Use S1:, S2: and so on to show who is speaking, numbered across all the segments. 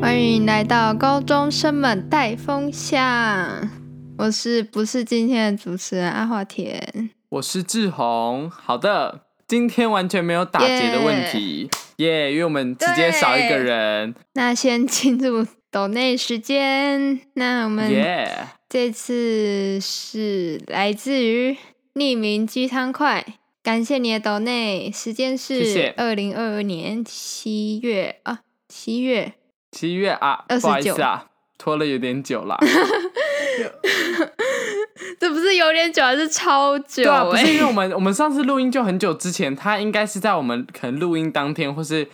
S1: 欢迎来到高中生们带风向，我是不是今天的主持人阿华田？
S2: 我是志宏。好的，今天完全没有打结的问题，耶因为我们直接少一个人，
S1: 那先进入抖内时间，那我们
S2: 耶、
S1: 这次是来自于匿名鸡汤块，感谢你的抖内，时间
S2: 谢
S1: 是
S2: 谢
S1: 二零二二年七月啊，七月
S2: 七月啊，
S1: 29
S2: 不好意思啊，拖了有点久啦。
S1: 这不是有点久，还是超久、欸？
S2: 对啊，不是因为我们我们上次录音就很久之前，他应该是在我们可能录音当天，或是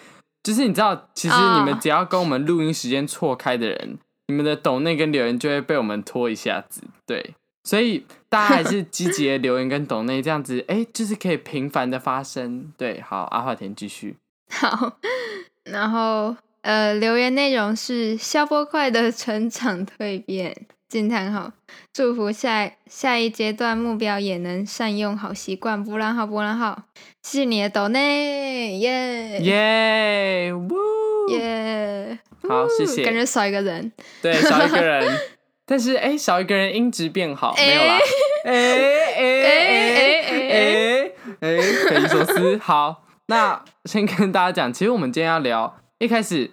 S2: 就是你知道，其实
S1: 哦
S2: 你们只要跟我们录音时间错开的人，你们的抖内跟留言就会被我们拖一下子，对，所以大家还是积极的留言跟抖内这样子，哎、就是可以频繁的发生，对，好，阿华田继续，
S1: 好，然后呃，留言内容是消波块的成长蜕变，惊叹号！祝福下下一阶段目标也能善用好习惯，波浪号波浪号，谢谢你的抖内，耶
S2: 耶，呜，
S1: 耶！
S2: 好
S1: 呜
S2: 谢谢
S1: 感觉少一个人，
S2: 对，少一个人， 但是哎、少一个人音质变 好，没有啦，哎哎哎哎哎哎，匪夷所思。好，那先跟大家讲，其实我们今天要聊，一开始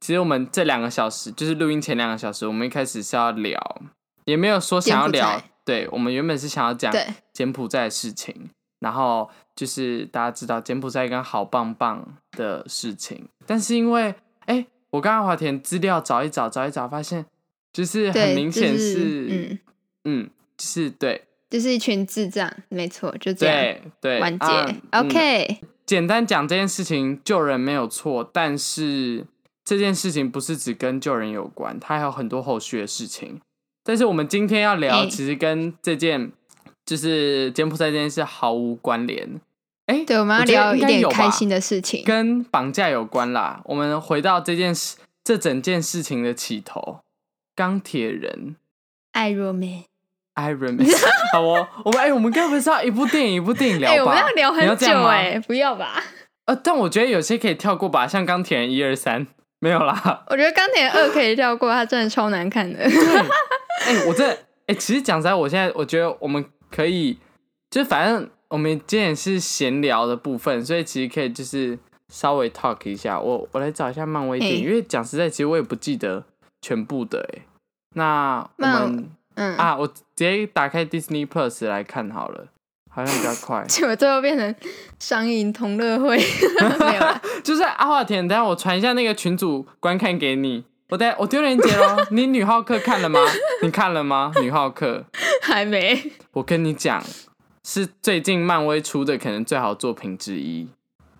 S2: 其实我们这两个小时，就是录音前两个小时，我们一开始是要聊，也没有说想要
S1: 柬
S2: 聊
S1: 埔寨，
S2: 对我们原本是想要讲
S1: 对
S2: 柬埔寨的事情，然后就是大家知道柬埔寨跟好棒棒的事情，但是因为哎、我刚刚华田资料找一找，找一找，发现就是很
S1: 对，
S2: 明
S1: 就
S2: 显
S1: 是
S2: 是
S1: 嗯，
S2: 嗯，就是对
S1: 就是一群智障，没错，就这样。
S2: 对对，
S1: 完结、
S2: 啊
S1: o
S2: 嗯
S1: k
S2: 简单讲这件事情，救人没有错，但是这件事情不是只跟救人有关，它还有很多后续的事情。但是我们今天要聊，
S1: 哎
S2: 其实跟这件就是柬埔寨这件事毫无关联。哎，
S1: 对，我们要
S2: 觉
S1: 聊
S2: 得应
S1: 一
S2: 该
S1: 点
S2: 有吧
S1: 开心的事情。
S2: 跟绑架有关啦。我们回到这件事，这整件事情的起头，钢铁人
S1: 爱若美，
S2: Iron Man。好哦，我们哎、我们该不是要一部电影一部电影聊
S1: 哎、我
S2: 吧？
S1: 们要聊
S2: 你要
S1: 很
S2: 这样
S1: 久
S2: 吗
S1: 哎、不要吧？
S2: 呃，但我觉得有些可以跳过吧，像钢铁人一二三没有啦。
S1: 我觉得钢铁人二可以跳过，它真的超难看的。
S2: 哎、我这哎、其实讲实在，我现在我觉得我们可以，就反正我们今天也是闲聊的部分，所以其实可以就是稍微 talk 一下。我我来找一下漫威电
S1: 嘿
S2: 影，因为讲实在，其实我也不记得全部的哎、那我
S1: 漫
S2: 们
S1: 嗯，。
S2: 啊，我直接打开 Disney Plus 来看好了，好像比较快
S1: 结果最后变成商影同乐会， 没有 啦
S2: 就是阿华田，等一下我传一下那个群主观看给你。我等一下我丢链接喽。 你女浩克看了吗？你看了吗？女浩克，
S1: 还没。
S2: 我跟你讲，是最近漫威出的可能最好作品之一。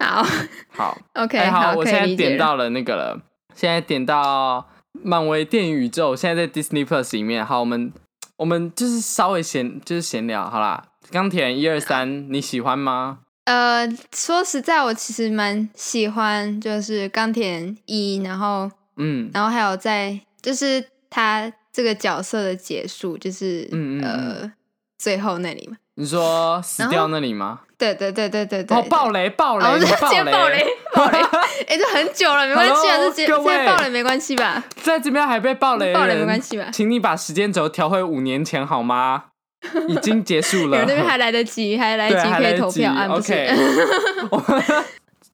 S1: 好
S2: 好，
S1: ，OK，、
S2: 哎、好，我
S1: 可
S2: 现
S1: 以
S2: 在
S1: 理解
S2: 点
S1: 了。
S2: 到了那个了，现在点到漫威电影宇宙，现在在 Disney Plus 里面。好，我们我们就是稍微闲，就是闲聊，好啦。钢铁人一二三，你喜欢吗？
S1: 呃，说实在，我其实蛮喜欢，就是钢铁人一，然后，
S2: 嗯
S1: 然后还有在，就是他这个角色的结束，就是
S2: 嗯嗯嗯
S1: 呃最后那里嘛。
S2: 你说死掉那里吗？
S1: 对对对对对对
S2: 哦，
S1: 对
S2: 暴雷，暴雷，
S1: 哦，
S2: 你
S1: 这直接
S2: 暴
S1: 暴雷， 暴雷，哎、这很久了，没关系啊，
S2: Hello，
S1: 这直接
S2: 各位
S1: 这暴雷没关系吧？
S2: 在这边还被暴雷，
S1: 暴雷没关系吧
S2: 请你把时间轴调回五年前 好吗？已经结束
S1: 有
S2: 了，
S1: 那边还来得及，还来得
S2: 对
S1: 及
S2: 还
S1: 可
S2: 来
S1: 以
S2: 得
S1: 投
S2: 及
S1: 票啊，不是
S2: OK，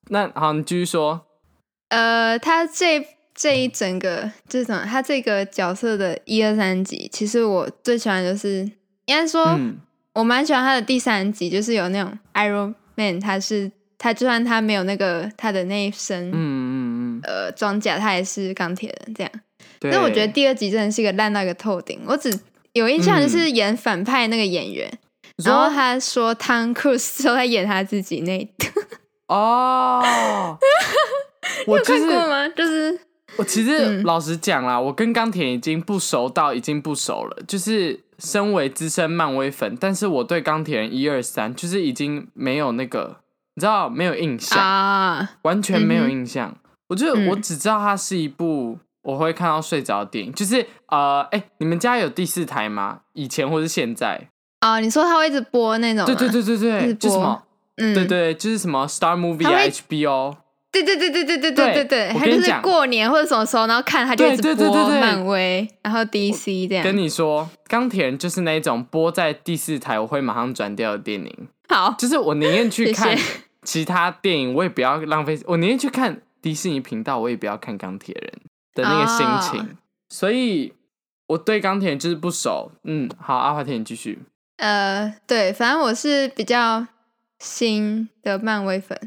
S2: 那好，你继续说。
S1: 呃，他这这一整个这种他这个角色的一二三集，其实我最喜欢的就是，应该说、
S2: 嗯，
S1: 我蛮喜欢他的第三集，就是有那种 Iron Man，他是他就算他没有那个他的那一身、
S2: 嗯嗯嗯，
S1: 呃装甲，他也是钢铁人这样。
S2: 对。
S1: 但我觉得第二集真的是一个烂到一个透顶，我只有印象就是演反派那个演员，
S2: 嗯你
S1: 然后
S2: 说
S1: 他说汤 m Cruise 说他演他自己那一段，
S2: 哦，我就
S1: 看
S2: 是
S1: 过吗？就是
S2: 我其实
S1: 嗯
S2: 老实讲啦，我跟钢铁已经不熟到已经不熟了，就是身为资深漫威粉，但是我对钢铁人一二三就是已经没有那个，你知道没有印象。
S1: 啊，
S2: 完全没
S1: 嗯
S2: 有
S1: 哼
S2: 印象。我觉得
S1: 嗯
S2: 我只知道它是一部我会看到睡着的电影，就是呃，哎、你们家有第四台吗？以前或是现在？
S1: 哦，你说他会一直播那种吗？
S2: 对对对对
S1: 日
S2: 对，
S1: 播
S2: 就什么？
S1: 嗯，
S2: 对对，就是什么 Star Movie
S1: 它
S2: 啊
S1: 会
S2: HBO。
S1: 对对对对对对对对对，
S2: 我
S1: 他
S2: 跟
S1: 就
S2: 你
S1: 是
S2: 讲
S1: 过年或者什么时候，然后看他就一
S2: 对
S1: 直
S2: 对对对
S1: 播
S2: 对
S1: 漫威，然后 DC 这
S2: 跟
S1: 样。
S2: 你说，钢铁人就是那一种播在第四台我会马上转掉的电影，
S1: 好，
S2: 就是我宁愿去
S1: 谢
S2: 看
S1: 谢
S2: 其他电影，我也不要浪费，我宁愿去看迪士尼频道，我也不要看钢铁人的那个心情。
S1: 哦
S2: 所以我对钢铁人就是不熟。嗯，好，阿华田你继续。
S1: 呃，对，反正我是比较新的漫威粉，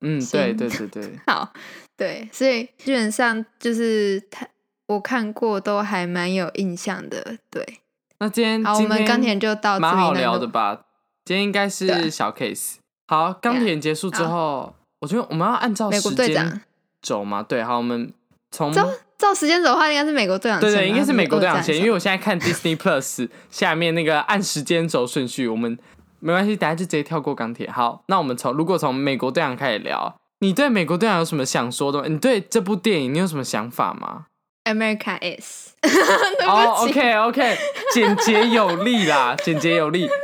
S2: 嗯，
S1: 行
S2: 对对对 对，
S1: 好，对，所以基本上就是他我看过都还蛮有印象的，对。
S2: 那今天
S1: 好，我
S2: 今
S1: 们
S2: 天
S1: 钢铁人就到这
S2: 蛮
S1: 里
S2: 好
S1: 了
S2: 聊的吧？今天应该是
S1: 对
S2: 小 case。好，钢铁人结束之
S1: 好
S2: 后，我觉得我们要按照
S1: 啊美国
S2: 时
S1: 队
S2: 间
S1: 长
S2: 走嘛？对，好，我们从
S1: 走照时间走的话，应该是美国队长
S2: 对
S1: 先
S2: 对，
S1: 吧
S2: 应该是美国队
S1: 啊二战
S2: 长先，
S1: 什
S2: 因
S1: 么
S2: 为我现在看 Disney Plus 下面那个按时间轴顺序，我们没关系，等下就直接跳过钢铁。好，那我们从如果从美国队长开始聊，你对美国队长有什么想说的吗？你对这部电影你有什么想法吗？
S1: America is，对不
S2: o
S1: 起
S2: k OK，简洁有力啦，简洁有力。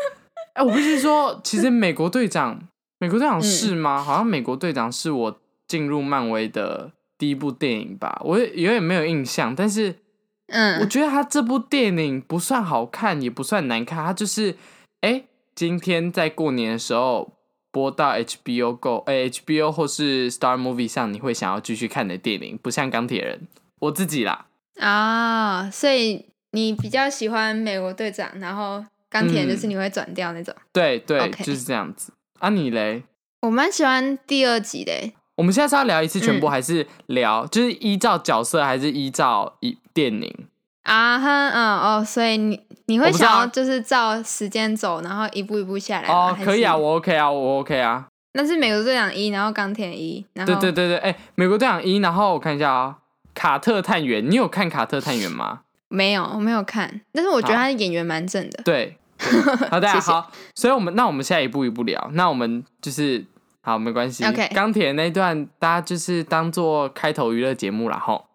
S2: 哎、我必须说，其实美国队长，美国队长是吗？
S1: 嗯
S2: 好像美国队长是我进入漫威的第一部电影吧，我也有点没有印象，但是。我
S1: 嗯，
S2: 觉得他这部电影不算好看，也不算难看，他就是，哎、今天在过年的时候播到 HBO Go，哎、h b o 或是 Star Movie 上，你会想要继续看的电影，不像钢铁人，我自己啦，
S1: 啊、所以你比较喜欢美国队长，然后钢铁人就是
S2: 嗯
S1: 你会转掉那种。
S2: 对对
S1: OK
S2: 就是这样子。啊，你嘞？
S1: 我蛮喜欢第二集的，欸
S2: 我们现在是要聊一次全部，
S1: 嗯
S2: 还是聊、就是依照角色，还是依照一电影？
S1: 啊哈，嗯哦，所以你你
S2: 我
S1: 会
S2: 不知道
S1: 想
S2: 啊
S1: 要就是照时间走，然后一步一步下来吗
S2: 哦，可以啊，。
S1: 还是
S2: 我 OK 啊，我 OK 啊。
S1: 那是美国队长一，然后钢铁人一，然后
S2: 对对对对，哎、美国队长一，然后我看一下啊、卡特探员，你有看卡特探员吗？
S1: 没有我没有看，但是我觉得
S2: 好
S1: 他的演员蛮正的。
S2: 对，对好，大家
S1: 谢谢
S2: 好，所以我们那我们现在一步一步聊，那我们就是好，没关系。
S1: OK
S2: 钢铁那一段大家就是当做开头娱乐节目啦，吼。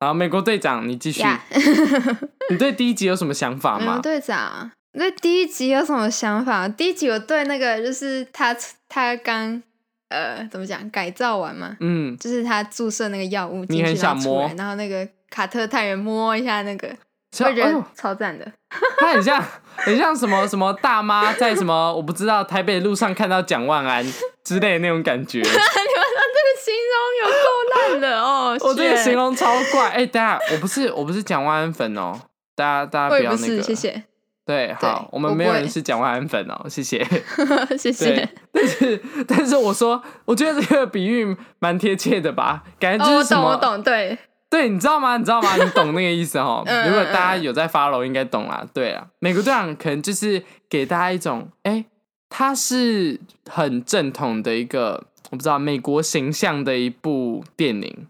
S2: 好，美国队长，你继续，
S1: 呀，嗯
S2: 你对第一集有什么想 法
S1: 美国
S2: 吗？
S1: 队长，你对第一集有什么想法？第一集我对那个就是他他刚呃怎么讲改造完嘛，
S2: 嗯，
S1: 就是他注射那个药物进去，
S2: 你很想
S1: 然后出来
S2: 摸
S1: 然后那个卡特探员摸一下那个，
S2: 像
S1: 我觉
S2: 哎
S1: 得
S2: 呦
S1: 超赞的。
S2: 他很像很像什么什么大妈在什么我不知道台北路上看到蒋万安之类的那种 感觉，
S1: 你们的这个形容有够烂的哦！
S2: 我这个
S1: 炫
S2: 形容超怪。哎、大家我不是我不是蒋万安粉哦，大家大家
S1: 我
S2: 不
S1: 也
S2: 要
S1: 不
S2: 那
S1: 是，
S2: 个，啊
S1: 谢。谢，
S2: 对，好
S1: 对，
S2: 我们
S1: 我
S2: 没有
S1: 不会
S2: 人是蒋万安粉哦，谢谢。
S1: 谢
S2: 对
S1: 谢。，
S2: 但是但是我说，我觉得这个比喻蛮贴切的吧，感觉
S1: 哦，
S2: 就
S1: 我
S2: 是什
S1: 懂，
S2: 么，啊
S1: 我懂，对，
S2: 对，你知道吗？你知道吗？你懂那个意 思哦。
S1: 嗯
S2: 如果大家有在 follow，应该懂啦。对啊，美国队长可能就是给大家一种，哎、他是很正统的一个，我不知道美国形象的一部电影，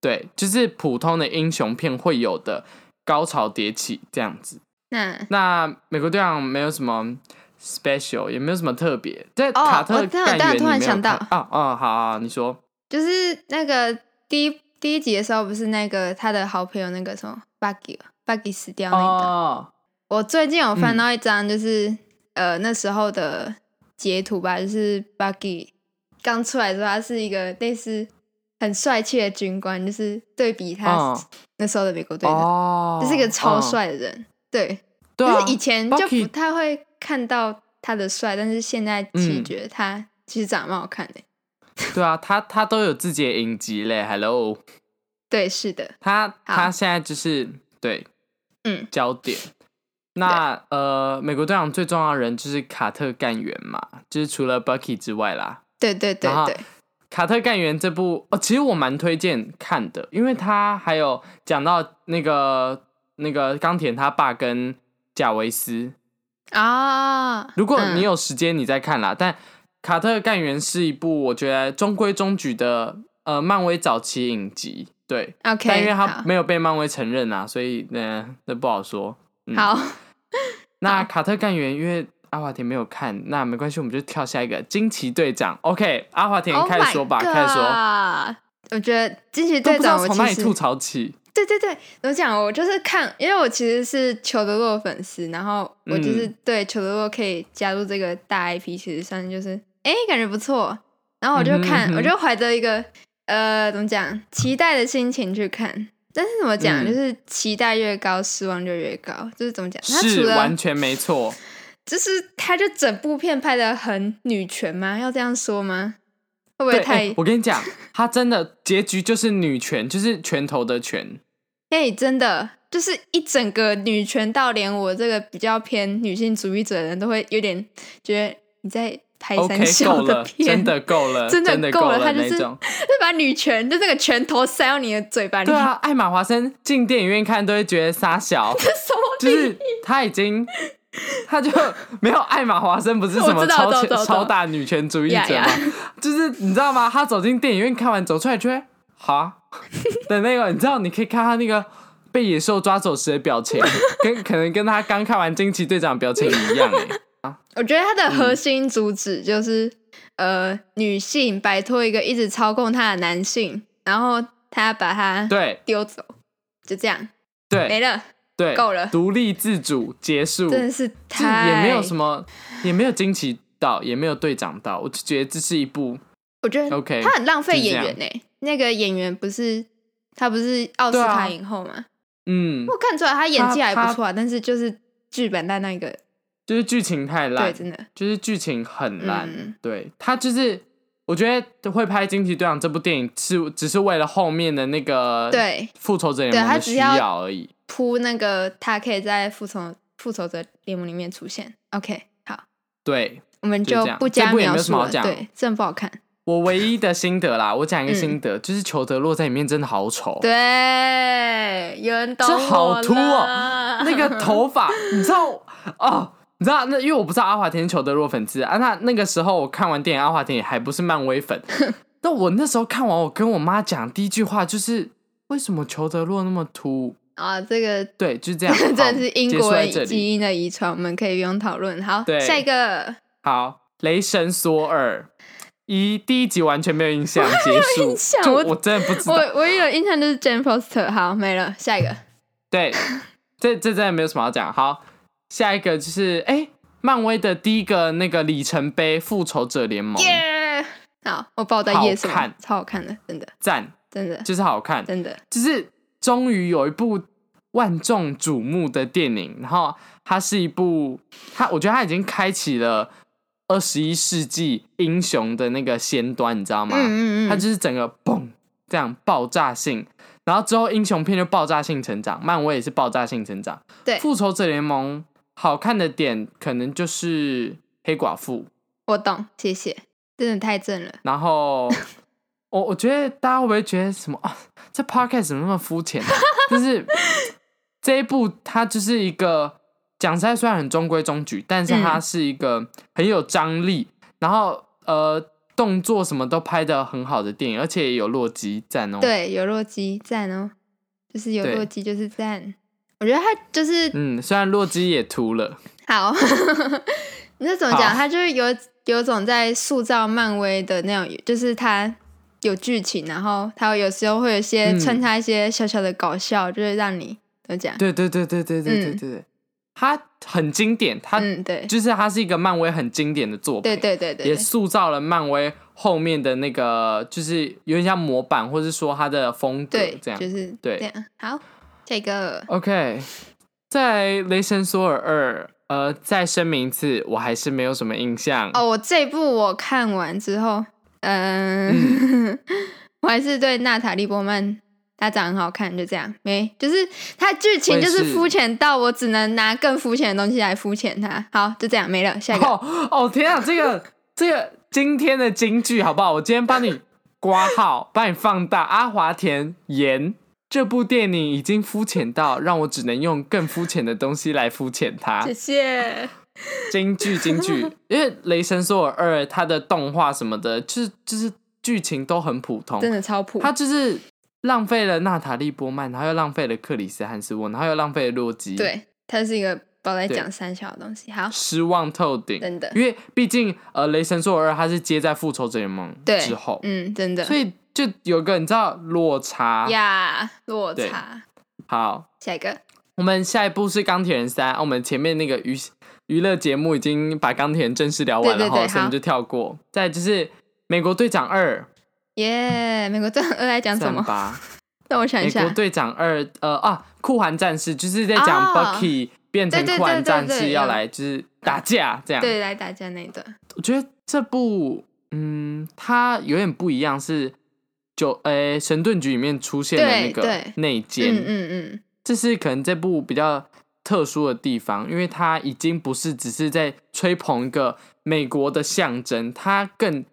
S2: 对，就是普通的英雄片会有的高潮迭起这样子。
S1: 那
S2: 那美国队长没有什么 special，也没有什么特别。在
S1: 哦
S2: 卡特
S1: 我知道
S2: 干
S1: 但
S2: 员
S1: 我
S2: 里
S1: 突
S2: 面
S1: 然
S2: 有
S1: 想到
S2: 看啊啊，好啊，你说
S1: 就是那个第一第一集的时候，不是那个他的好朋友那个什么 Buggy Buggy 死掉那个。
S2: 哦，
S1: 我最近有翻
S2: 嗯
S1: 到一张，就是、呃那时候的截图吧，就是 Buggy 刚出来的时候，他是一个类似很帅气的军官，就是对比他
S2: 嗯
S1: 那时候的美国队长，
S2: 哦，
S1: 就是一个超
S2: 嗯，
S1: 帅的人。对，
S2: 对
S1: 就
S2: 啊，
S1: 是以前就
S2: Bucky- 嗯
S1: 不太会看到他的帅，但是现在其实觉得他其实长得蛮好看的。
S2: 对啊，他他都有自己的影集嘞。Hello，
S1: 对，是的，
S2: 他他
S1: 好
S2: 现在就是对
S1: 嗯，
S2: 焦点。那呃，美国队长最重要的人就是卡特干员嘛，就是除了 Bucky 之外啦，
S1: 对对对
S2: 然后
S1: 对，
S2: 卡特干员这部哦，其实我蛮推荐看的，因为他还有讲到那个那个钢铁他爸跟贾维斯。
S1: 啊、
S2: 如果你
S1: 嗯
S2: 有时间，你再看啦。但卡特干员是一部我觉得中规中矩的呃漫威早期影集，对。
S1: OK，
S2: 但因为他
S1: 好
S2: 没有被漫威承认啊，所以呢，那不好说。嗯
S1: 好
S2: 那卡特干员因为阿华田没有看，那没关系，我们就跳下一个惊奇队长。OK，阿华田
S1: Oh
S2: 嗯 开始说吧
S1: my
S2: 开始说。
S1: God 我觉得惊奇
S2: 都
S1: 队
S2: 不知
S1: 长，
S2: 道
S1: 我
S2: 从哪
S1: 其
S2: 里
S1: 实
S2: 吐槽起。
S1: 对对对，怎么讲？我就是看，因为我其实是裘德洛粉丝，然后我
S2: 嗯
S1: 就是对裘德洛可以加入这个大 IP，其实算就是哎、诶感觉不错。然后我就看，
S2: 嗯哼嗯哼
S1: 我就怀着一个呃，怎么讲？期待的心情去看，但是怎么讲？
S2: 嗯
S1: 就是期待越高，失望就越高，就是怎么讲？它除
S2: 是
S1: 了
S2: 完全没错。
S1: 就是他就整部片拍的很女权吗？要这样说吗？会不
S2: 对，
S1: 会太
S2: 哎？我跟你讲，他真的结局就是女权，就是拳头的拳。
S1: 哎、真的就是一整个女权到连我这个比较偏女性主义者的人都会有点觉得你在拍
S2: OK，
S1: 三小
S2: 够
S1: 的
S2: 了，
S1: 片，
S2: 真的够了，
S1: 真
S2: 真
S1: 的够
S2: 够
S1: 了他就
S2: 那
S1: 是
S2: 种。
S1: 就把女权就那个拳头塞到你的嘴巴里，
S2: 对啊，艾玛华森进电影院看都会觉得傻小，
S1: 这 什么
S2: 就
S1: 理？
S2: 是他已经，他就没有艾玛华森不是什
S1: 我
S2: 么
S1: 知道
S2: 超
S1: 我知道
S2: 前
S1: 我知道
S2: 超大女权主义
S1: 呀
S2: 者
S1: 呀
S2: 嘛，就是你知道吗？他走进电影院看完走出来就会 哈的那个，你知道你可以看他那个被野兽抓走时的表 情，跟可能跟他刚看完惊奇队长的表情一样 哎、
S1: 我觉得它的核心主旨就是，呃，女性摆脱一个一直操控她的男性，然后她把他
S2: 对
S1: 丢走，就这样没
S2: 对
S1: 了，
S2: 对，
S1: 够了
S2: 独立自主结束，
S1: 真的是
S2: 这
S1: 太
S2: 也没有什么，也没有惊奇到，也没有队长到，我就觉得这是一部
S1: 我觉得
S2: OK
S1: 他很浪费
S2: 就是
S1: 演
S2: 这样
S1: 员呢、欸那个演员不是他不是奥斯
S2: 对啊
S1: 卡影后吗？
S2: 嗯，
S1: 我看出来他演技
S2: 他
S1: 还不
S2: 他
S1: 错啊，但是就是剧本在那个
S2: 就是剧情太
S1: 对，
S2: 烂，
S1: 真的
S2: 就是剧情很烂，
S1: 嗯
S2: 对他就是。我觉得会拍《惊奇队长》这部电影是只是为了后面的那个
S1: 对
S2: 复仇者联
S1: 对
S2: 盟
S1: 他
S2: 的
S1: 只
S2: 需
S1: 要
S2: 要而已。
S1: 铺那个他可以在复仇复仇者联盟里面出现。OK，好，
S2: 对
S1: 我们
S2: 就
S1: 就
S2: 这样
S1: 不
S2: 这
S1: 加
S2: 部也
S1: 描
S2: 没有什
S1: 述
S2: 么
S1: 了
S2: 好，讲
S1: 对，真的不好看。
S2: 我唯一的心得啦，我讲一个
S1: 嗯
S2: 心得，就是裘德洛在里面真的好丑，
S1: 对，有人懂
S2: 这好
S1: 我
S2: 秃哦
S1: 了
S2: 那个头发，你知道哦？你知道那因为我不知道阿华田是裘德洛粉丝啊，那那个时候我看完电影，阿华田也还不是漫威 粉。那我那时候看完，我跟我妈讲第一句话就是：为什么裘德洛那么秃？
S1: 啊，这个
S2: 对，就是这样。
S1: 这
S2: 好
S1: 真是英
S2: 结束
S1: 国
S2: 在
S1: 人
S2: 这里。
S1: 基因的遗传，我们可以不用讨论。好，
S2: 对
S1: 下一个
S2: 好，雷神索尔一第一集完全没有印象，结束。
S1: 印象
S2: 就
S1: 我
S2: 我真的不知
S1: 我
S2: 道。
S1: 我有印象就是 Jane Foster，好没了，下一个
S2: 对，这这真的没有什么好讲。好，下一个就是哎、漫威的第一个那个里程碑《复仇者联盟》
S1: 耶好，我抱在
S2: 好
S1: 夜色嘛
S2: 看，
S1: 超好看的，真的
S2: 赞，
S1: 真的
S2: 就是好看，
S1: 真的，
S2: 就是终于有一部万众瞩目的电影，然后它是一部，它我觉得它已经开启了二十一世纪英雄的那个先端，你知道吗？
S1: 嗯嗯
S2: 它
S1: 嗯，
S2: 就是整个嘣这样爆炸性，然后之后英雄片就爆炸性成长，漫威也是爆炸性成长。
S1: 对
S2: 复仇者联盟好看的点可能就是黑寡妇，
S1: 我懂，谢谢，真的太正了，
S2: 然后我我觉得大家会不会觉得什么啊？这 podcast 怎么那么肤浅、啊？ 就是这一部它就是一个讲起来虽然很中规中矩，但是它
S1: 嗯
S2: 是一个很有张力，然后呃动作什么都拍的很好的电影，而且也有洛基赞哦。
S1: 对，有洛基赞哦，就是有
S2: 对
S1: 洛基就是赞，我觉得他就是
S2: 嗯，虽然洛基也秃了，
S1: 好， 你是怎么讲？
S2: 好
S1: 他就是有有种在塑造漫威的那种，就是他有剧情，然后他有时候会有一些
S2: 嗯
S1: 穿插一些小小的搞笑，就是让你怎么讲？
S2: 对对对对对对对
S1: 嗯
S2: 对对，它很经典，它
S1: 嗯，对，
S2: 就是它是一个漫威很经典的作品，
S1: 对对对对
S2: 也
S1: 对，
S2: 塑造了漫威后面的那个，就是有点像模板，或是说它的风格
S1: 对，
S2: 这样
S1: 就。是
S2: 对
S1: 这样。好，这个
S2: OK，在《雷神索尔二》，呃，再声明一次，我还是没有什么印象。
S1: 哦，我这一部我看完之后，嗯， 我还是对娜塔莉波曼。她长很好看，就这样，没，就是她剧情就
S2: 我
S1: 是
S2: 也是
S1: 肤浅到我只能拿更肤浅的东西来肤浅她。好，就这样，没了，下一个。
S2: 哦哦天啊，这个这个今天的金句好不好？我今天帮你挂号， 帮你放大。阿华田言这部电影已经肤浅到让我只能用更肤浅的东西来肤浅它。
S1: 谢。
S2: 京剧，京 剧，因为《雷神索尔二》它的动画什么的，就是就是剧情都很普通
S1: 真，的超普。
S2: 它就是浪费了娜塔莉波曼，然后又浪费了克里斯汉斯沃，然后又浪费了洛基，，
S1: 对，他是一个包在
S2: 对
S1: 讲三小的东西。好，
S2: 失望透顶。
S1: 真的
S2: 因为毕竟呃，《雷神索尔二》它是接在《复仇者联盟》
S1: 对，
S2: 之后，
S1: 嗯，真的
S2: 所以就有个你知道落差。
S1: 呀，落
S2: 对
S1: 差。
S2: 好，
S1: 下一个，
S2: 我们下一步是钢铁人三、啊我们前面那个娱娱乐节目已经把钢铁人正式聊完
S1: 对
S2: 了
S1: 对对
S2: 哈，所以我
S1: 好
S2: 们就跳过。再来就是美国队长二，
S1: 耶、美国队长二在讲什
S2: 三
S1: 么？
S2: 八。
S1: 让我想一
S2: 美
S1: 下
S2: 国。队长二，呃啊，酷寒战士就是在
S1: 哦
S2: 讲 Bucky 变成
S1: 对对
S2: 酷寒
S1: 对对
S2: 战
S1: 对
S2: 士
S1: 有
S2: 要来就是打架这样。
S1: 对，来打架那一段。
S2: 我觉得这部，嗯，它有点不一样，是九诶、神盾局里面出现的那
S1: 对
S2: 个
S1: 对
S2: 内
S1: 嗯
S2: 奸，
S1: 嗯嗯，
S2: 这是可能这部比较特殊的地方，因为它已经不是只是在吹捧一个美国的象征，它更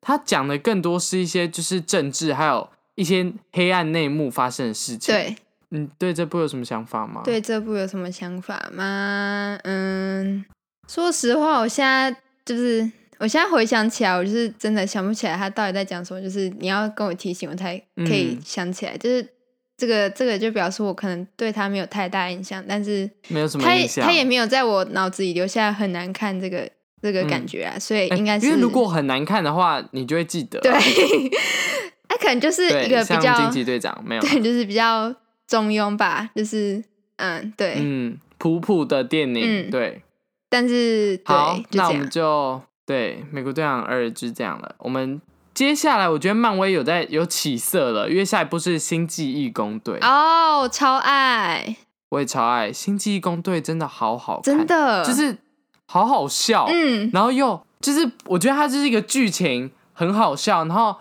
S2: 它讲的更多是一些就是政治，还有一些黑暗内幕发生的事情。，
S1: 对
S2: 你对这部有什么想法吗？，
S1: 对，这部有什么想法吗？嗯，说实话，我现在就是我现在回想起来，我就是真的想不起来他到底在讲什么。就是你要跟我提醒，我才可以
S2: 嗯
S1: 想起来。就是这个这个就表示我可能对他没有太大印象，但是
S2: 没有什么
S1: 他
S2: 印
S1: 也
S2: 象。
S1: 他也没有在我脑子里留下很难看这个这个感
S2: 嗯
S1: 觉啊，所以
S2: 诶
S1: 应该是、
S2: 因为如果很难看的话，你就会记得。
S1: 对， 他可能就是
S2: 对，
S1: 一个比
S2: 像
S1: 较
S2: 惊奇队长没有啦。
S1: 对，就是比较中庸吧，就是嗯对，
S2: 嗯，普普的电影，
S1: 嗯
S2: 对，
S1: 但是
S2: 好
S1: 对，就
S2: 那
S1: 这
S2: 我们
S1: 样，
S2: 就对《美国队长二》就是这样了。我们接下来，我觉得漫威有在有起色了，因为下一部是《星际义工队》
S1: 哦，我超爱，
S2: 我也超爱《星际义工队》，真的好好看，
S1: 真的
S2: 就是好好笑，
S1: 嗯
S2: 然后又就是我觉得它就是一个剧情很好笑，然后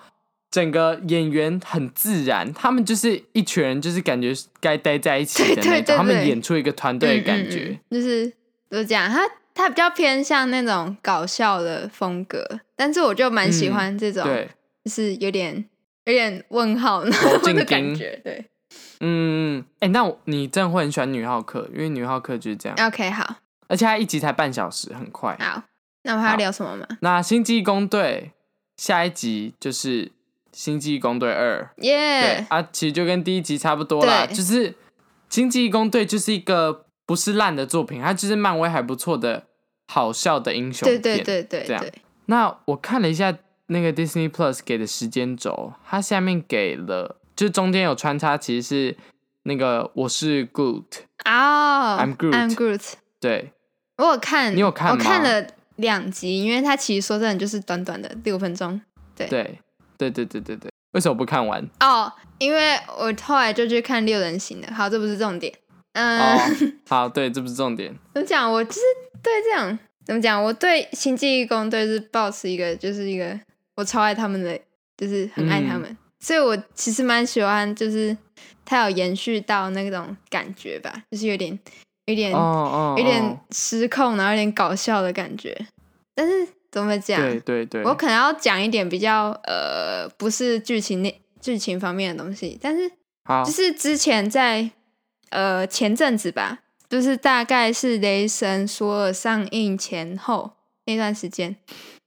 S2: 整个演员很自然，他们就是一群人，就是感觉该待在一起的那种，
S1: 对对对
S2: 他们
S1: 对
S2: 演出一个团队的
S1: 嗯
S2: 感
S1: 嗯嗯
S2: 觉。
S1: 就是怎么讲，他他比较偏向那种搞笑的风格，但是我就蛮喜
S2: 嗯
S1: 欢这种，
S2: 对，
S1: 就是有点有点问号那
S2: 走
S1: 种
S2: 进
S1: 的
S2: 兵
S1: 感觉，对
S2: 嗯，哎、那我你真的会很喜欢女浩克，因为女浩克就是这样，
S1: ，OK，好
S2: 而且它一集才半小时，很快。
S1: 好，那我们还
S2: 好
S1: 要聊什么吗？
S2: 那《星际攻队》下一集就是《星际攻队二》，对
S1: 耶、
S2: 啊，其实就跟第一集差不多啦，
S1: 嗯对
S2: 就是《星际攻队》就是一个不是烂的作品，它就是漫威还不错的好笑的英雄
S1: 对
S2: 片。
S1: 对对对
S2: 这样
S1: 对，
S2: 那我看了一下那个 Disney Plus 给的时间轴，它下面给了，就中间有穿插，其实是那个我是 Good，
S1: 哦
S2: I'm Groot
S1: I'm Groot，
S2: 对，
S1: 我有看，
S2: 你有看
S1: 我看
S2: 吗
S1: 了两集，因为它其实说真的就是短短的六分钟欸
S2: 对，对对对对对，为什么不看完？
S1: 哦。因为我后来就去看六人行的，好，这不是重点。嗯，
S2: 哦，好，对，这不是重 点。
S1: 怎么讲？我就是对这样怎么讲？我对星际义工队是保持一个，就是一个我超爱他们的，就是很爱他们，
S2: 嗯
S1: 所以我其实蛮喜欢，就是它有延续到那种感觉吧，就是有点有点、
S2: 哦哦，
S1: 嗯有
S2: 哦
S1: 点失控，然后有点搞笑的感觉。但是怎么讲？
S2: 对对对，
S1: 我可能要讲一点比较呃，不是剧情内剧情方面的东西，但是
S2: 好
S1: 就，是之前在呃前阵子吧，就是大概是《雷神索尔》上映前后那段时间，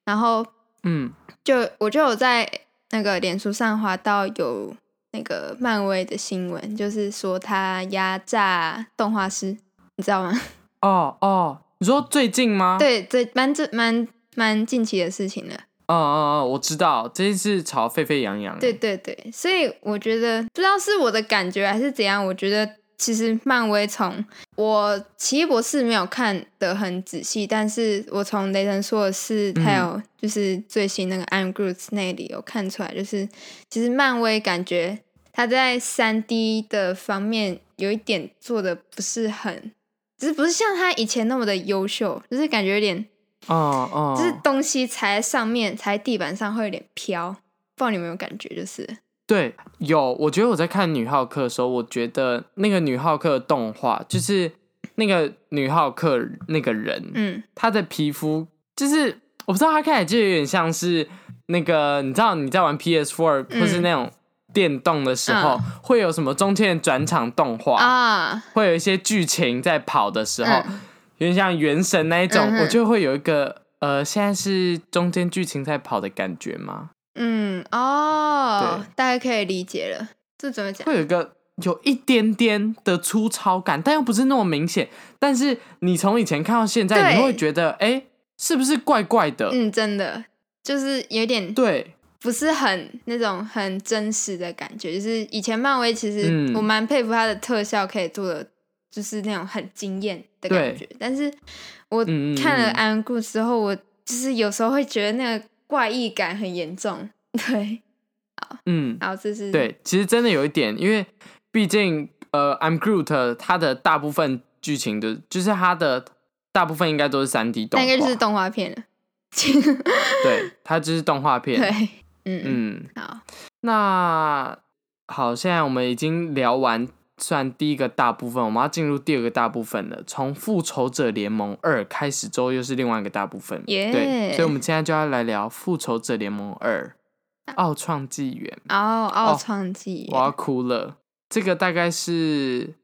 S1: 然后
S2: 嗯
S1: 就我就有在那个脸书上滑到有那个漫威的新闻，就是说他压榨动画师，你知道吗？
S2: 哦哦，你说最近吗？，
S1: 对，这蛮这蛮蛮近期的事情了。
S2: 哦哦哦，我知道这件事吵沸沸扬扬。
S1: 对，对对，所以我觉得不知道是我的感觉还是怎样，我觉得其实漫威从我奇异博士没有看得很仔细，但是我从雷神说的是
S2: 嗯
S1: 还有就是最新那个 I'm Groot 那里有看出来，就是其实漫威感觉它在三 D 的方面有一点做的不是很，只是不是像它以前那么的优秀，就是感觉有点
S2: 哦哦，
S1: 就是东西踩在上面，踩在地板上会有点飘，不知道你有没有感觉？就是
S2: 对，有。我觉得我在看女浩克的时候，我觉得那个女浩克的动画，就是那个女浩克那个人，
S1: 嗯，
S2: 她的皮肤就是我不知道，她看起来就有点像是那个，你知道你在玩 PS Four
S1: 嗯
S2: 或是那种电动的时候，会有什么中间的转场动画，
S1: 啊，
S2: 会有一些剧情在跑的时候，
S1: 嗯
S2: 有点像原神那一种，
S1: 嗯哼
S2: 我就会有一个呃，现在是中间剧情在跑的感觉吗？
S1: 嗯，哦
S2: 对，
S1: 大概可以理解了。这怎么讲？
S2: 会有一个有一点点的粗糙感，但又不是那么明显。但是你从以前看到现在，
S1: 对
S2: 你会觉得哎、诶是不是怪怪的？
S1: 嗯，真的就是有点
S2: 对，
S1: 不是很那种很真实的感觉。就是以前漫威其实
S2: 嗯
S1: 我蛮佩服它的特效可以做的，就是那种很惊艳的感觉。但是我
S2: 嗯嗯嗯
S1: 看了《
S2: 嗯
S1: 安安故》之后，我就是有时候会觉得那个怪异感很严重。对，
S2: 嗯，
S1: 好，这是，
S2: 对，其实真的有一点，因为毕竟呃，I'm Groot 它的大部分剧情的，就是它的大部分应该都是三 D 动
S1: 那
S2: 画，
S1: 应该就是动画片了。
S2: 对，它就是动画片。
S1: 对，嗯
S2: 嗯，
S1: 嗯，好，
S2: 那好，现在我们已经聊完算第一个大部分，我们要进入第二个大部分了。从《复仇者联盟二》开始之后，又是另外一个大部分。
S1: 耶
S2: 对，所以我们现在就要来聊《复仇者联盟二：奥创纪元》。
S1: 哦，奥创纪
S2: 我要
S1: 元，
S2: 哭了。这个大概是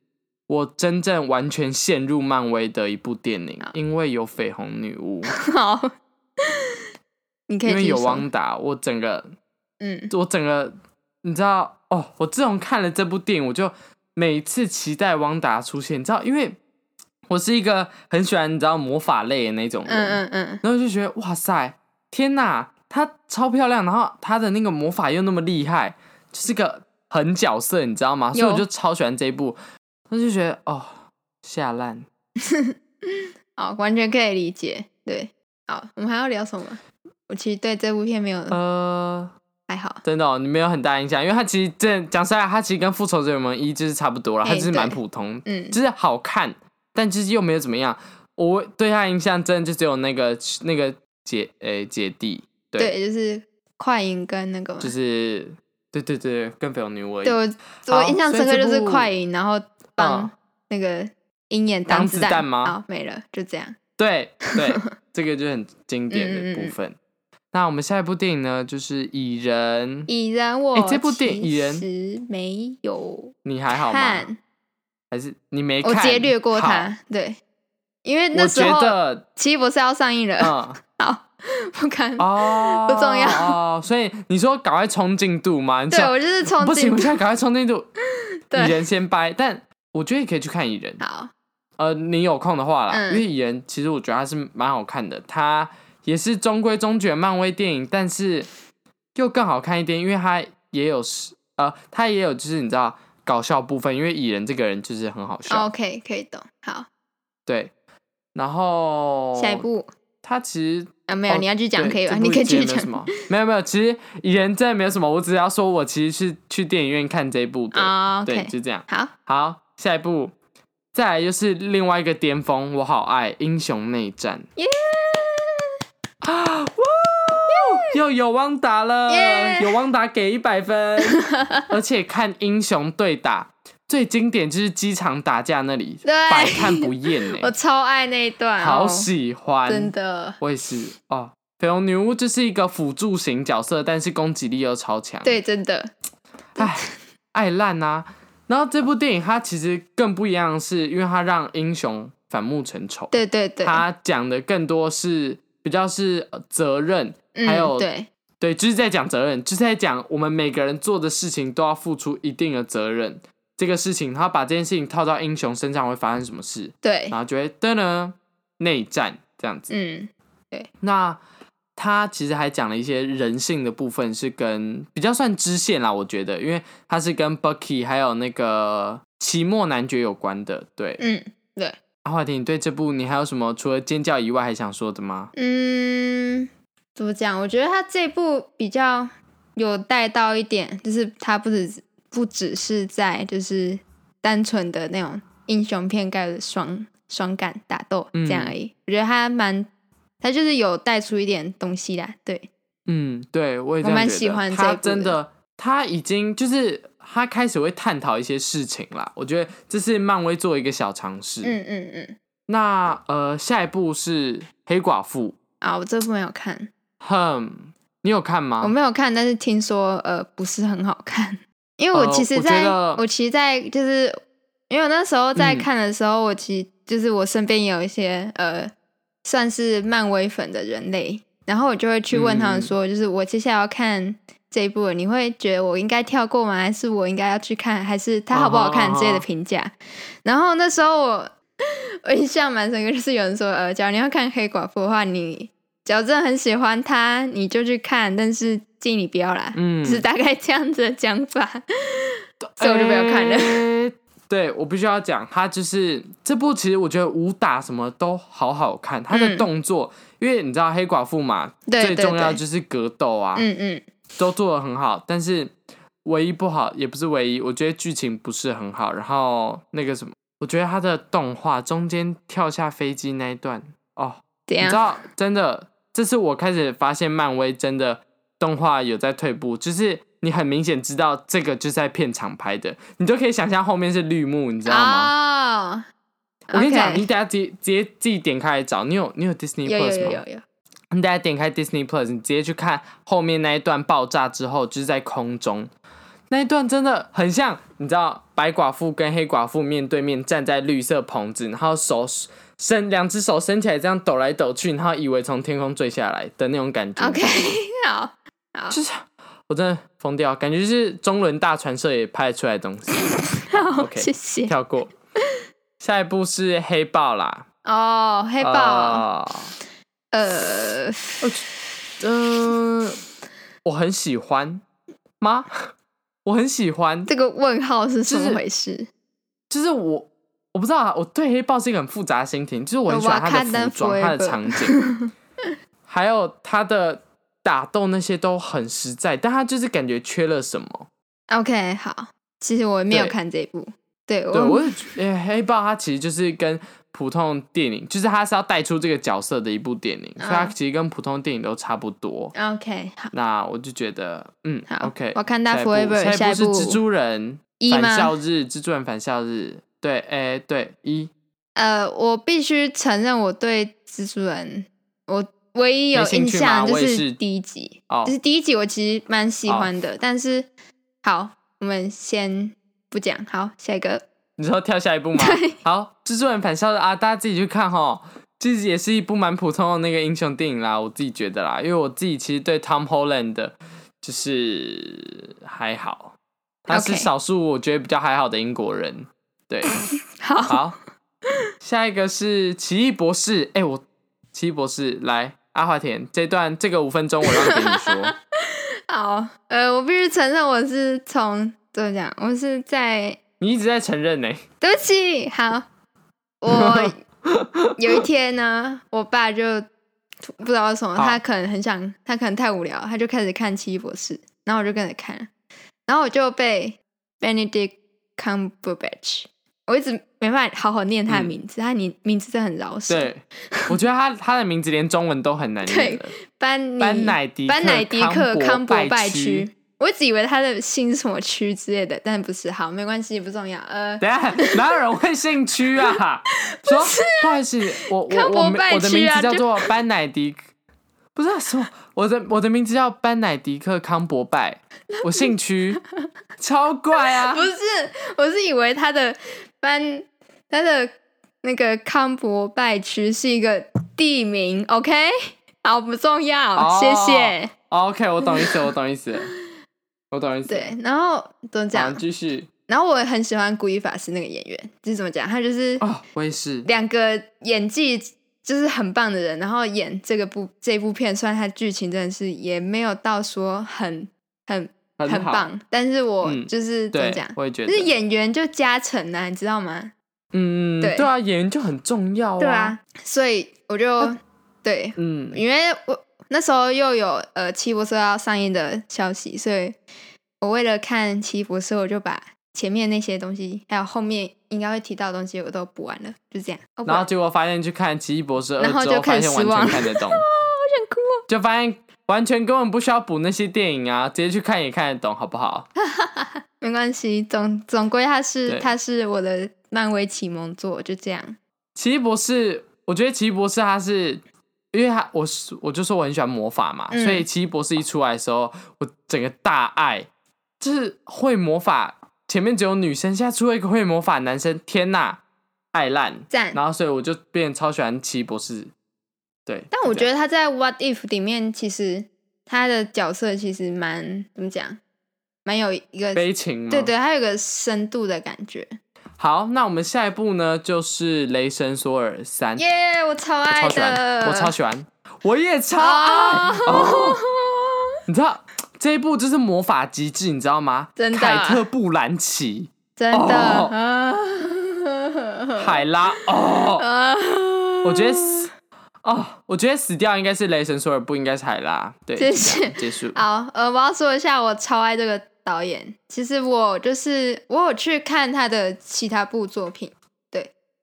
S2: 我真正完全陷入漫威的一部电影，因为有绯红 女巫，
S1: 好，你可以
S2: 因为
S1: 继续
S2: 有
S1: 说
S2: 汪达，我整个
S1: 嗯，
S2: 我整个，你知道哦，我自从看了这部电影，我就每次期待汪达出现，你知道，因为我是一个很喜欢你知道魔法类的那种人，
S1: 嗯嗯嗯，
S2: 然后就觉得哇塞，天呐，她超漂亮，然后她的那个魔法又那么厉害，就是个狠角色，你知道吗？所以
S1: 有
S2: 我就超喜欢这一部，我就觉得哦，下烂。
S1: 好，完全可以理解。对，好，我们还要聊什么？我其实对这部片没有、
S2: 呃，
S1: 还好，
S2: 真的、哦，你没有很大印象，因为它其实真的讲实在，它其实跟《复仇者联盟一》就是差不多了，
S1: 哎
S2: 它就是蛮
S1: 对
S2: 普通，
S1: 嗯，
S2: 就是好看，但就是又没有怎么样。我对他印象真的就只有那个那个姐诶、姐弟，对
S1: 对，就是快银跟那个嘛，
S2: 就是对对对，跟绯红女巫而已
S1: 对我
S2: 好
S1: 我印象深刻就
S2: 所以
S1: 是
S2: 这部
S1: 快银，然后帮
S2: 嗯
S1: 那个鹰眼
S2: 挡
S1: 子
S2: 子
S1: 弹
S2: 弹吗
S1: 好，没了，就这样。
S2: 对 对，这个就很经典的
S1: 嗯嗯嗯
S2: 部
S1: 嗯
S2: 分。那我们下一部电影呢，就是《蚁人》，
S1: 蚁人我、
S2: 哎这部电蚁人
S1: 没有
S2: 你还好吗？
S1: 看，
S2: 还是你没看？
S1: 我直接略过
S2: 好。
S1: 它，对，因为那
S2: 我
S1: 时
S2: 觉
S1: 候
S2: 得，
S1: 奇异博士要上映了，
S2: 嗯，
S1: 不看。
S2: 哦，
S1: 不重要
S2: 哦。所以你说赶快冲进度吗？你
S1: 对
S2: 想
S1: 我就是冲
S2: 不行，
S1: 进
S2: 我，现在赶快冲进度。
S1: 对
S2: 蚁人先掰，但我觉得也可以去看蚁 人。
S1: 好，
S2: 呃，你有空的话啦，
S1: 嗯
S2: 因为蚁人其实我觉得它是蛮好看的，它也是中规中矩的漫威电影，但是又更好看一点，因为它也有是呃，它也有就是你知道搞笑部分，因为蚁人这个人就是啊很好笑，
S1: OK，可以懂。好，
S2: 对。然后
S1: 下一步
S2: 它其实
S1: 啊，没有，
S2: 哦
S1: 你要去讲
S2: 对
S1: 可以吧？
S2: 这部
S1: 你可以
S2: 其
S1: 继续
S2: 实也没有
S1: 讲
S2: 什。么， 没有没有，其实蚁人真的没有什么，我只要说我其实是去电影院看这一部的，
S1: 啊
S2: 对，
S1: ，OK，
S2: 就这样。
S1: 好，
S2: 好，下一步，再来就是另外一个巅峰，我好爱《英雄内战》
S1: 耶
S2: 啊！哇，又有汪达了
S1: 耶
S2: 有汪达给一百 分，而且看英雄对打。最经典就是机场打架那里，
S1: 对
S2: 百看不厌呢、
S1: 我超爱那一段，
S2: 哎好
S1: 哦
S2: 喜欢，
S1: 真的，
S2: 我也是哦。绯红女巫就是一个辅助型角色，但是攻击力又超强，
S1: 对，真的，
S2: 唉，爱烂啊。然后这部电影它其实更不一样的是，因为它让英雄反目成仇，
S1: 对对对，
S2: 它讲的更多是比较是呃责任，
S1: 嗯
S2: 还有
S1: 对，
S2: 对，就是在讲责任，就是在讲我们每个人做的事情都要付出一定的责任。这个事情，然后把这件事情套到英雄身上会发生什么事，
S1: 对，
S2: 然后就会噔噔内战这样子。
S1: 嗯，
S2: 那他其实还讲了一些人性的部分，是跟比较算支线啦，我觉得，因为他是跟 Bucky 还有那个奇末男爵有关的。对，
S1: 嗯
S2: 阿华庭，你对这部你还有什么除了尖叫以外还想说的吗？
S1: 嗯，怎么讲？我觉得他这部比较有带到一点，就是他不只不只是在就是单纯的那种英雄片盖的双双杆打斗这样
S2: 嗯
S1: 而已，我觉得他蛮。他就是有带出一点东西来，对，
S2: 嗯，对我也这
S1: 我
S2: 样
S1: 蛮
S2: 觉得
S1: 喜欢这一
S2: 他
S1: 部
S2: 真
S1: 的
S2: 的，他已经就是他开始会探讨一些事情啦。我觉得这是漫威做一个小尝试。
S1: 嗯嗯嗯，
S2: 那呃，下一部是黑寡妇，
S1: 啊，我这部没有看，
S2: 哼，你有看吗？
S1: 我没有看，但是听说呃不是很好看， 因为我
S2: 呃
S1: 其实
S2: 我觉
S1: 在，
S2: 得
S1: 其实在就是因为我那时候在
S2: 嗯
S1: 看的时候，我其实就是我身边也有一些呃算是漫威粉的人类，然后我就会去问他
S2: 嗯
S1: 们说，就是我接下来要看这一部了，你会觉得我应该跳过吗？还是我应该要去看？还是它好不好
S2: 啊
S1: 看
S2: 哈
S1: 之类的
S2: 啊哈
S1: 评价？然后那时候我我印象蛮深刻，就是有人说，呃，假如你要看黑寡妇的话，你假如真的很喜欢她，你就去看，但是建议你不要啦，
S2: 嗯
S1: 就是大概这样子的讲 法，所以我就不要看了。
S2: 欸对我必须要讲，他就是这部，其实我觉得武打什么都好好看，他的
S1: 嗯
S2: 动作，因为你知道黑寡妇嘛，
S1: 对
S2: 最重要
S1: 对对
S2: 就是格斗啊。
S1: 嗯嗯，
S2: 都做的很好，但是唯一不好也不是唯一，我觉得剧情不是很好，然后那个什么，我觉得它的动画中间跳下飞机那一段，哦，
S1: 怎
S2: 你知
S1: 样？
S2: 道，真的，这是我开始发现漫威真的动画有在退步，就是你很明显知道这个就是在片场拍的，你都可以想象后面是绿幕，你知道吗？
S1: 哦，
S2: 我跟你讲
S1: OK
S2: 你等下直接直接自己点开来找，你有你有 Disney
S1: 有有
S2: Plus
S1: 有
S2: 吗？
S1: 有有，
S2: 你大家点开 Disney Plus，你直接去看后面那一段爆炸之后，就是在空中那一段真的很像，你知道白寡妇跟黑寡妇面对面站在绿色棚子，然后手伸两只手伸起来这样抖来抖去，然后以为从天空坠下来的那种感觉。
S1: OK，好，
S2: 就是我真的疯掉，感觉就是中轮大传社也拍得出来的东 西。
S1: 好，
S2: OK
S1: 谢谢。
S2: 跳过，下一步是黑豹啦。
S1: 哦，黑豹，
S2: 啊
S1: 呃，
S2: 嗯，我很喜欢吗？ 我很喜欢，
S1: 这个问号是
S2: 就
S1: 怎
S2: 是
S1: 么回事？
S2: 就是我我不知道啊，我对黑豹是一个很复杂的心情，就是我很喜欢他的
S1: Wakanda
S2: 服装、他的
S1: forever
S2: 场景，还有他的打斗那些都很实在，但他就是感觉缺了什么。
S1: OK，好，其实我没有
S2: 对
S1: 看这一部，对
S2: 对我
S1: 我
S2: 也觉得，诶黑豹它其实就是跟普通电影，就是它是要带出这个角色的一部电影，所以它
S1: 嗯
S2: 其实跟普通电影都差不多。
S1: OK 好
S2: 那我就觉得，嗯
S1: 好
S2: ，OK，
S1: 我看到
S2: 下一步
S1: Forever
S2: 下
S1: 下
S2: 一
S1: 一
S2: 步
S1: 部
S2: 是蜘蛛人
S1: 一
S2: 返
S1: 吗
S2: 校日，蜘蛛人返校日，对，哎、对，一
S1: 呃，我必须承认我对蜘蛛人，我唯一
S2: 没
S1: 有
S2: 兴
S1: 印
S2: 趣吗
S1: 象就
S2: 我也是
S1: 是第一集，
S2: 哦
S1: 就，是第一集我其实蛮喜欢的，但是好，我们先不讲，好，下一个，
S2: 你说跳下一步吗？ 好，蜘蛛人返校日啊，大家自己去看哦。其实也是一部蛮普通的那个英雄电影啦，我自己觉得啦，因为我自己其实对 Tom Holland 的就是还好，他是
S1: OK
S2: 少数我觉得比较还好的英国人。 对，
S1: 好，
S2: 好，下一个是奇异博士。哎、我奇异博士来阿华田这段这个五分钟我让给你说。
S1: 好，呃，我必须承认我是从怎么讲，我是在
S2: 你一直在承认呢、
S1: 对不起，好，我 有一天呢，我爸就不知道为什么，
S2: 好
S1: 他可能很想，他可能太无聊，他就开始看《奇异博士》，然后我就跟着看，然后我就被 Benedict Cumberbatch，我一直没办法好好念他的
S2: 嗯
S1: 名字，他名名字真的很饶舌，
S2: 对，我觉得他他的名字连中文都很难念
S1: 对
S2: 了。
S1: 班尼
S2: 班乃迪克
S1: 班乃迪克
S2: 康
S1: 康
S2: 伯
S1: 伯
S2: 拜
S1: 拜
S2: 区
S1: 区。我一直以为他的姓是什么区之类的，但不是。好，没关系，不重要。呃，
S2: 等一下，哪有人会姓区啊？说不好意思，我我
S1: 康
S2: 我
S1: 伯
S2: 没
S1: 拜
S2: 我的
S1: 区
S2: 名
S1: 啊
S2: 字叫
S1: 就
S2: 做班乃迪克，不是、啊、什么，我的我的名字叫班乃迪克康伯拜，我姓区，超怪啊
S1: 不！是，我是以为他的班他的那个康伯拜区是一个地名。OK，好，不重要，
S2: 哦
S1: 谢谢。
S2: OK，我懂意思，我懂意思，我懂意思。
S1: 对，然后怎么
S2: 好，
S1: 讲？
S2: 继续
S1: 然后我很喜欢古一法师那个演员，就是怎么讲？他就是
S2: 哦，我也是。
S1: 两个演技就是很棒的人，然后演这个部这部片，虽然它剧情真的是也没有到说很很
S2: 很好
S1: 棒，但是我
S2: 嗯
S1: 就是、怎么
S2: 对
S1: 讲，，
S2: 我也觉
S1: 就
S2: 得，
S1: 是演员就加成啊，你知道吗？
S2: 嗯，
S1: 对
S2: 对啊，演员就很重要
S1: 对，啊，所以我就、对，
S2: 嗯，
S1: 因为我那时候又有呃《奇异博士》要上映的消息，所以我为了看《奇异博士》，我就把前面那些东西，还有后面应该会提到的东西，我都补完了，就这样。哦、
S2: 然后
S1: 不
S2: 结果发现去看《奇异博士二
S1: 然》后
S2: 之
S1: 就
S2: 后，发
S1: 开
S2: 现
S1: 始
S2: 完
S1: 失望
S2: 全看得 懂，
S1: 想哭哦
S2: 就发现完全根本不需要补那些电影啊，直接去看也看得懂，好不好？
S1: 没关系，总总归它是
S2: 对
S1: 它是我的漫威启蒙作，就这样。
S2: 奇异博士，我觉得奇异博士他是，因为他我是我就说我很喜欢魔法嘛，
S1: 嗯
S2: 所以奇异博士一出来的时候，我整个大爱，就是会魔法。前面只有女生，现在出了一个会魔法的男生，天呐，爱烂！
S1: 赞
S2: 然后所以我就变得超喜欢奇异博士，对。
S1: 但我
S2: 就这
S1: 觉
S2: 样
S1: 得他在《What If》里面，其实他的角色其实蛮怎么讲，蛮有一个
S2: 悲情嘛，
S1: 对对，他有个深度的感觉。
S2: 好，那我们下一步呢，就是《雷神索尔三》
S1: 耶、我超
S2: 我
S1: 爱
S2: 超喜
S1: 的，
S2: 欢，我超喜欢，我也超爱。
S1: 啊
S2: 哦你知道这一部就是魔法极致，你知道吗？
S1: 真的
S2: 凯特·布兰奇、
S1: 真的
S2: 哦
S1: 啊
S2: 海拉哦，
S1: 啊！
S2: 哦 我觉得是哦，我觉得死掉应该是雷神索尔，不应该是海拉。对，
S1: 谢
S2: 就
S1: 谢
S2: 这样结束。
S1: 好，呃，我要说一下，我超爱这个导演。其实我就是我有去看他的其他部作品，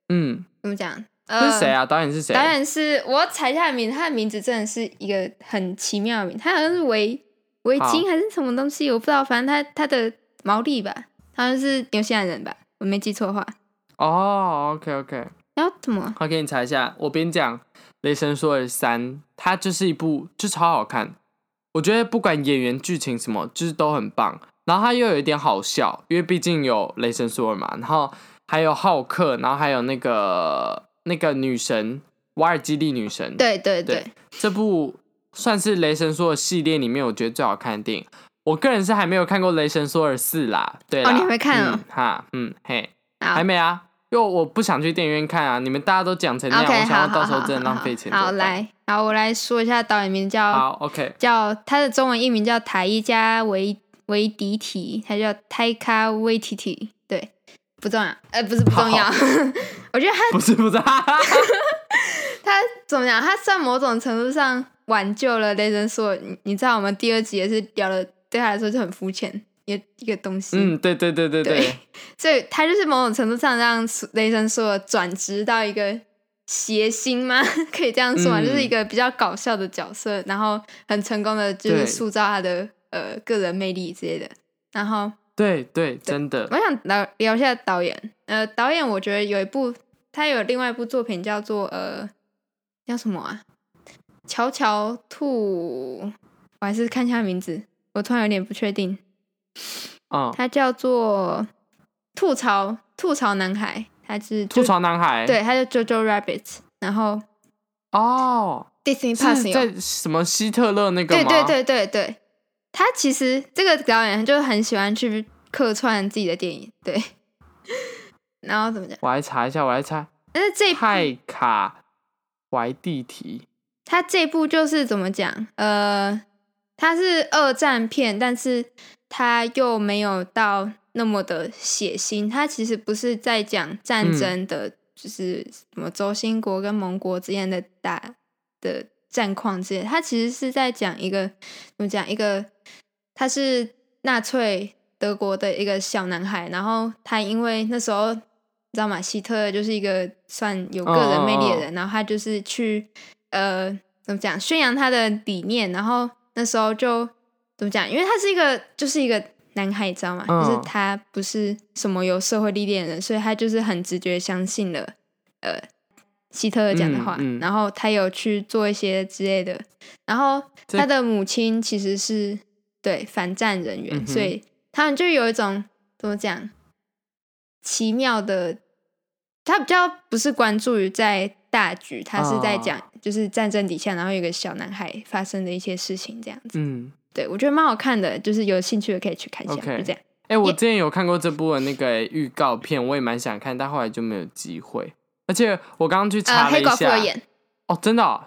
S2: 嗯，
S1: 怎么讲？
S2: 这
S1: 呃，
S2: 是谁啊？导演是谁？
S1: 导演是我查一下名字，他的名字真的是一个很奇妙的名，他好像是围围巾
S2: 好
S1: 还是什么东西，我不知道，反正他他的毛利吧，好像是纽西兰人吧，我没记错的话。
S2: 哦，OK OK，
S1: 然后怎么？
S2: 好，给你查一下。我边讲《雷神索尔三》，它就是一部就超好看，我觉得不管演员、剧情什么，就是都很棒。然后它又有一点好笑，因为毕竟有雷神索尔嘛，然后还有浩克，然后还有那个那个女神瓦尔基利女神，
S1: 对对对，
S2: 对这部算是雷神索尔系列里面我觉得最好看的电影。我个人是还没有看过《雷神索尔四》啦，对
S1: 哦
S2: 啦，
S1: 你还没看哦
S2: 嗯哈，嗯嘿，
S1: 好
S2: 还没啊，因为我不想去电影院看啊。你们大家都讲成那样
S1: o k
S2: 我想
S1: 好
S2: 要
S1: 好
S2: 到时候
S1: 好
S2: 真的
S1: 好
S2: 浪费钱。
S1: 好，
S2: 怎么办，
S1: 来，好，我来说一下导演名叫
S2: 好，OK，
S1: 叫他的中文译名叫塔伊加维维迪提，他叫 Taika w a i t i t 对，不重要，呃，不是不重要，
S2: 好
S1: 我觉得他
S2: 不是不是， 哈哈哈
S1: 他怎么讲，他算某种程度上挽救了雷神索尔。你你知道我们第二集也是聊了，对他来说是很肤浅一一个东西，
S2: 嗯，对对对对
S1: 对
S2: 对，
S1: 所以他就是某种程度上让索雷神索尔转职到一个谐星吗？ 可以这样说吗？
S2: 嗯
S1: 就是一个比较搞笑的角色，然后很成功的就是
S2: 对
S1: 塑造他的呃个人魅力之类的。然后
S2: 对对，真的
S1: 我想聊聊一下导演，呃，导演我觉得有一部他有另外一部作品叫做呃叫什么啊？乔乔兔，我还是看一下名字，我突然有点不确定。
S2: 嗯，
S1: 它叫做吐槽吐槽男孩，它是
S2: 吐
S1: Jo-
S2: 槽男孩，
S1: 对，它叫 JoJo Rabbit，然后
S2: 哦，
S1: Disney Plus
S2: 是
S1: 有，
S2: 在什么希特勒那个
S1: 对
S2: 吗？
S1: 对对对对，他其实这个导演就很喜欢去客串自己的电影，对。 然后怎么讲？
S2: 我来查一下，我来猜，
S1: 但是这
S2: 泰卡怀蒂提，
S1: 他这部就是怎么讲？呃，它是二战片，但是它又没有到那么的血腥。它其实不是在讲战争的，就是什么轴心国跟盟国之间的打的战况之类的。它其实是在讲一个怎么讲一个，他是纳粹德国的一个小男孩，然后他因为那时候。你知道吗？希特勒就是一个算有个人魅力的人然后他就是去呃，怎么讲，宣扬他的理念，然后那时候就怎么讲，因为他是一个就是一个男孩，你知道吗？
S2: 嗯
S1: 就是他不是什么有社会历练的人，所以他就是很直觉相信了呃希特勒讲的话，
S2: 嗯嗯
S1: 然后他有去做一些之类的，然后
S2: 这
S1: 他的母亲其实是对反战人员，
S2: 嗯哼
S1: 所以他们就有一种怎么讲奇妙的，他比较不是关注于在大局，他是在
S2: 哦
S1: 讲就是战争底下，然后有一个小男孩发生的一些事情这样子。
S2: 嗯。
S1: 对我觉得蛮好看的，就是有兴趣的可以去看一下
S2: OK
S1: 就这样。
S2: 哎、我
S1: 也
S2: 之前有看过这部的那个欸预告片，我也蛮想看，但后来就没有机会。而且我刚刚去
S1: 呃，
S2: 查了
S1: 黑
S2: 一
S1: 寡妇
S2: 下，
S1: 有演，
S2: 哦，真的哦、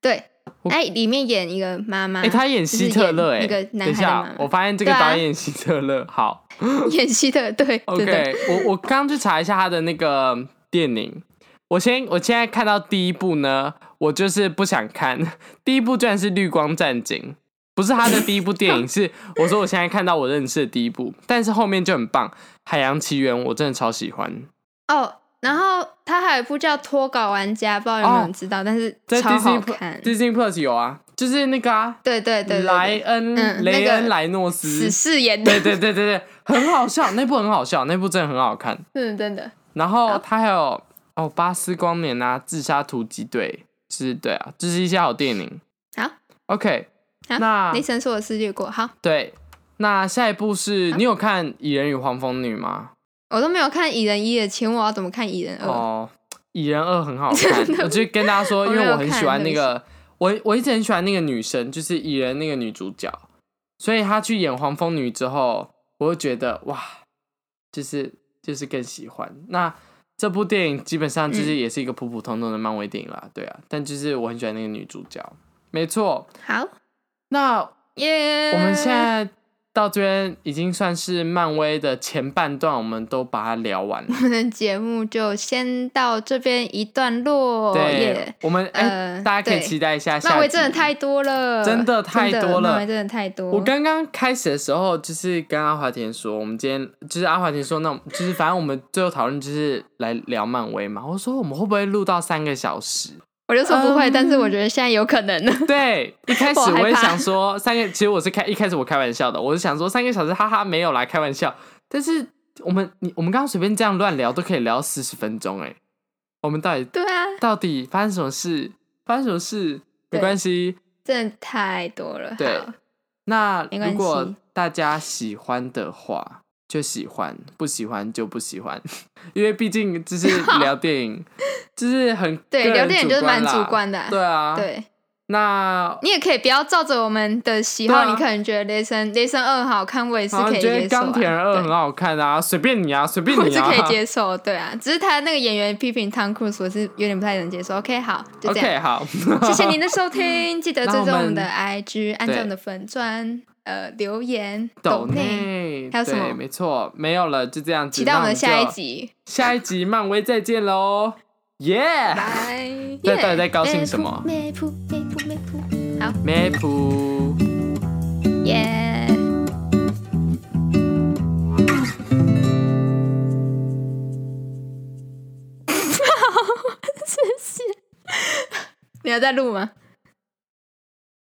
S1: 对，
S2: 我
S1: 哎，里面演一个妈妈，
S2: 哎、他演
S1: 啊就是
S2: 希特勒、欸，
S1: 演
S2: 哎，
S1: 那个男
S2: 等
S1: 孩
S2: 一
S1: 的
S2: 下
S1: 妈，
S2: 我
S1: 妈，
S2: 发现这个
S1: 对啊
S2: 导演希特勒，好
S1: 演希特勒， 对，真的，
S2: ，OK，我我刚刚去查一下他的那个电影，我先我现在看到第一部呢，我就是不想看，第一部居然是《绿光战警》。不是他的第一部电 影，是我说我现在看到我认识的第一部，但是后面就很棒，《海洋奇缘》我真的超喜欢。
S1: 哦。然后他还有一部叫《脱稿玩家》，不知道有没有人
S2: 哦
S1: 知道，但是
S2: 在
S1: 超好
S2: Disney
S1: 看
S2: Plus。Disney Plus 有啊，就是那个啊，
S1: 对对对对
S2: 莱
S1: 对，嗯
S2: 恩、
S1: 那
S2: 雷
S1: 个
S2: 恩莱诺斯
S1: 死，侍演的
S2: 对，对对对对，很好笑，那部很好笑，那部真的很好看。
S1: 嗯，真的。
S2: 然后他还有哦，巴斯光年啊，自杀突击队，是对啊，这是一些好电影。
S1: 好，
S2: OK，
S1: 好
S2: 那
S1: 雷神说我是略过，好，
S2: 对，那下一部是你有看《蚁人与黄蜂女》吗？
S1: 我都没有看蚁人一的，请问我要怎么看蚁人二？
S2: 哦，《蚁人二》很好看， 我就跟大家
S1: 嗯我
S2: 说，因
S1: 没
S2: 为
S1: 有
S2: 我很喜
S1: 看
S2: 欢
S1: 对
S2: 那
S1: 不
S2: 个，我我一直很喜欢那个女生，就是蚁人那个女主角，所以她去演黄蜂女之后，我就觉得哇，就是就是更喜欢。那这部电影基本上就是
S1: 嗯
S2: 也是一个普普通通的漫威电影啦，对啊，但就是我很喜欢那个女主角，没错。
S1: 好，
S2: 那
S1: 耶、呃
S2: 我们现在到这边已经算是漫威的前半段，我们都把它聊完了。
S1: 我们的节目就先到这边一段落。
S2: 对
S1: 耶，
S2: 我们哎、
S1: 哦呃
S2: 大家可以
S1: 对
S2: 期待一下下集。
S1: 漫威真的太多了，
S2: 真的太多了
S1: 漫威真的太多。
S2: 我刚刚开始的时候，就是跟阿华田说，我们今天就是阿华田说，那我们就是反正我们最后讨论就是来聊漫威嘛。我说我们会不会录到三个小时？
S1: 我就说不会，
S2: 嗯
S1: 但是我觉得现在有可能了。
S2: 对，一开始
S1: 我害
S2: 我也
S1: 怕
S2: 想说三个，其实我是开一开始我开玩笑的，我是想说三个小时，哈哈，没有啦，开玩笑。但是我们你我们刚刚随便这样乱聊都可以聊四十分钟哎、我们到底
S1: 对啊，
S2: 到底发生什么事？发生什么事？没
S1: 对
S2: 关系，
S1: 真的太多了。
S2: 对
S1: 好
S2: 那
S1: 没关
S2: 如果
S1: 系
S2: 大家喜欢的话，就喜欢；不喜欢就不喜欢， 因为毕竟就是 聊电影，就是很
S1: 对
S2: 个人
S1: 聊电影就是蛮
S2: 啦
S1: 主观的啊
S2: 对啊，。
S1: 对，
S2: 那
S1: 你也可以不要照着我们的喜
S2: 对
S1: 好，
S2: 啊
S1: 你可能觉得雷神雷神二好看，我也是
S2: 好
S1: 可
S2: 像
S1: 以
S2: 觉
S1: 接
S2: 得《
S1: 受啊。
S2: 钢铁人二》
S1: 对
S2: 很好看啊，随便你啊，随 便
S1: 我
S2: 你
S1: 是
S2: 啊。
S1: 可以接受，对啊，只是他那个演员批评汤库斯，我是有点不太能接受。OK，好，就这样。
S2: OK，好，
S1: 谢谢您的收听，记得追踪
S2: 那我
S1: 我
S2: 们
S1: 们的 IG，按照
S2: 对
S1: 我们的粉钻，呃，留言，
S2: 抖
S1: 内，
S2: 内
S1: 还有什
S2: 对
S1: 么
S2: 没错，没有了，就这样子。
S1: 期待我们的
S2: 那
S1: 下一
S2: 就，
S1: 集，
S2: 下一集漫威再见喽，耶！
S1: 拜。
S2: 这到底在高兴什么
S1: 咩噗咩噗咩噗，
S2: 梅普。
S1: 耶！谢谢。你还在录吗？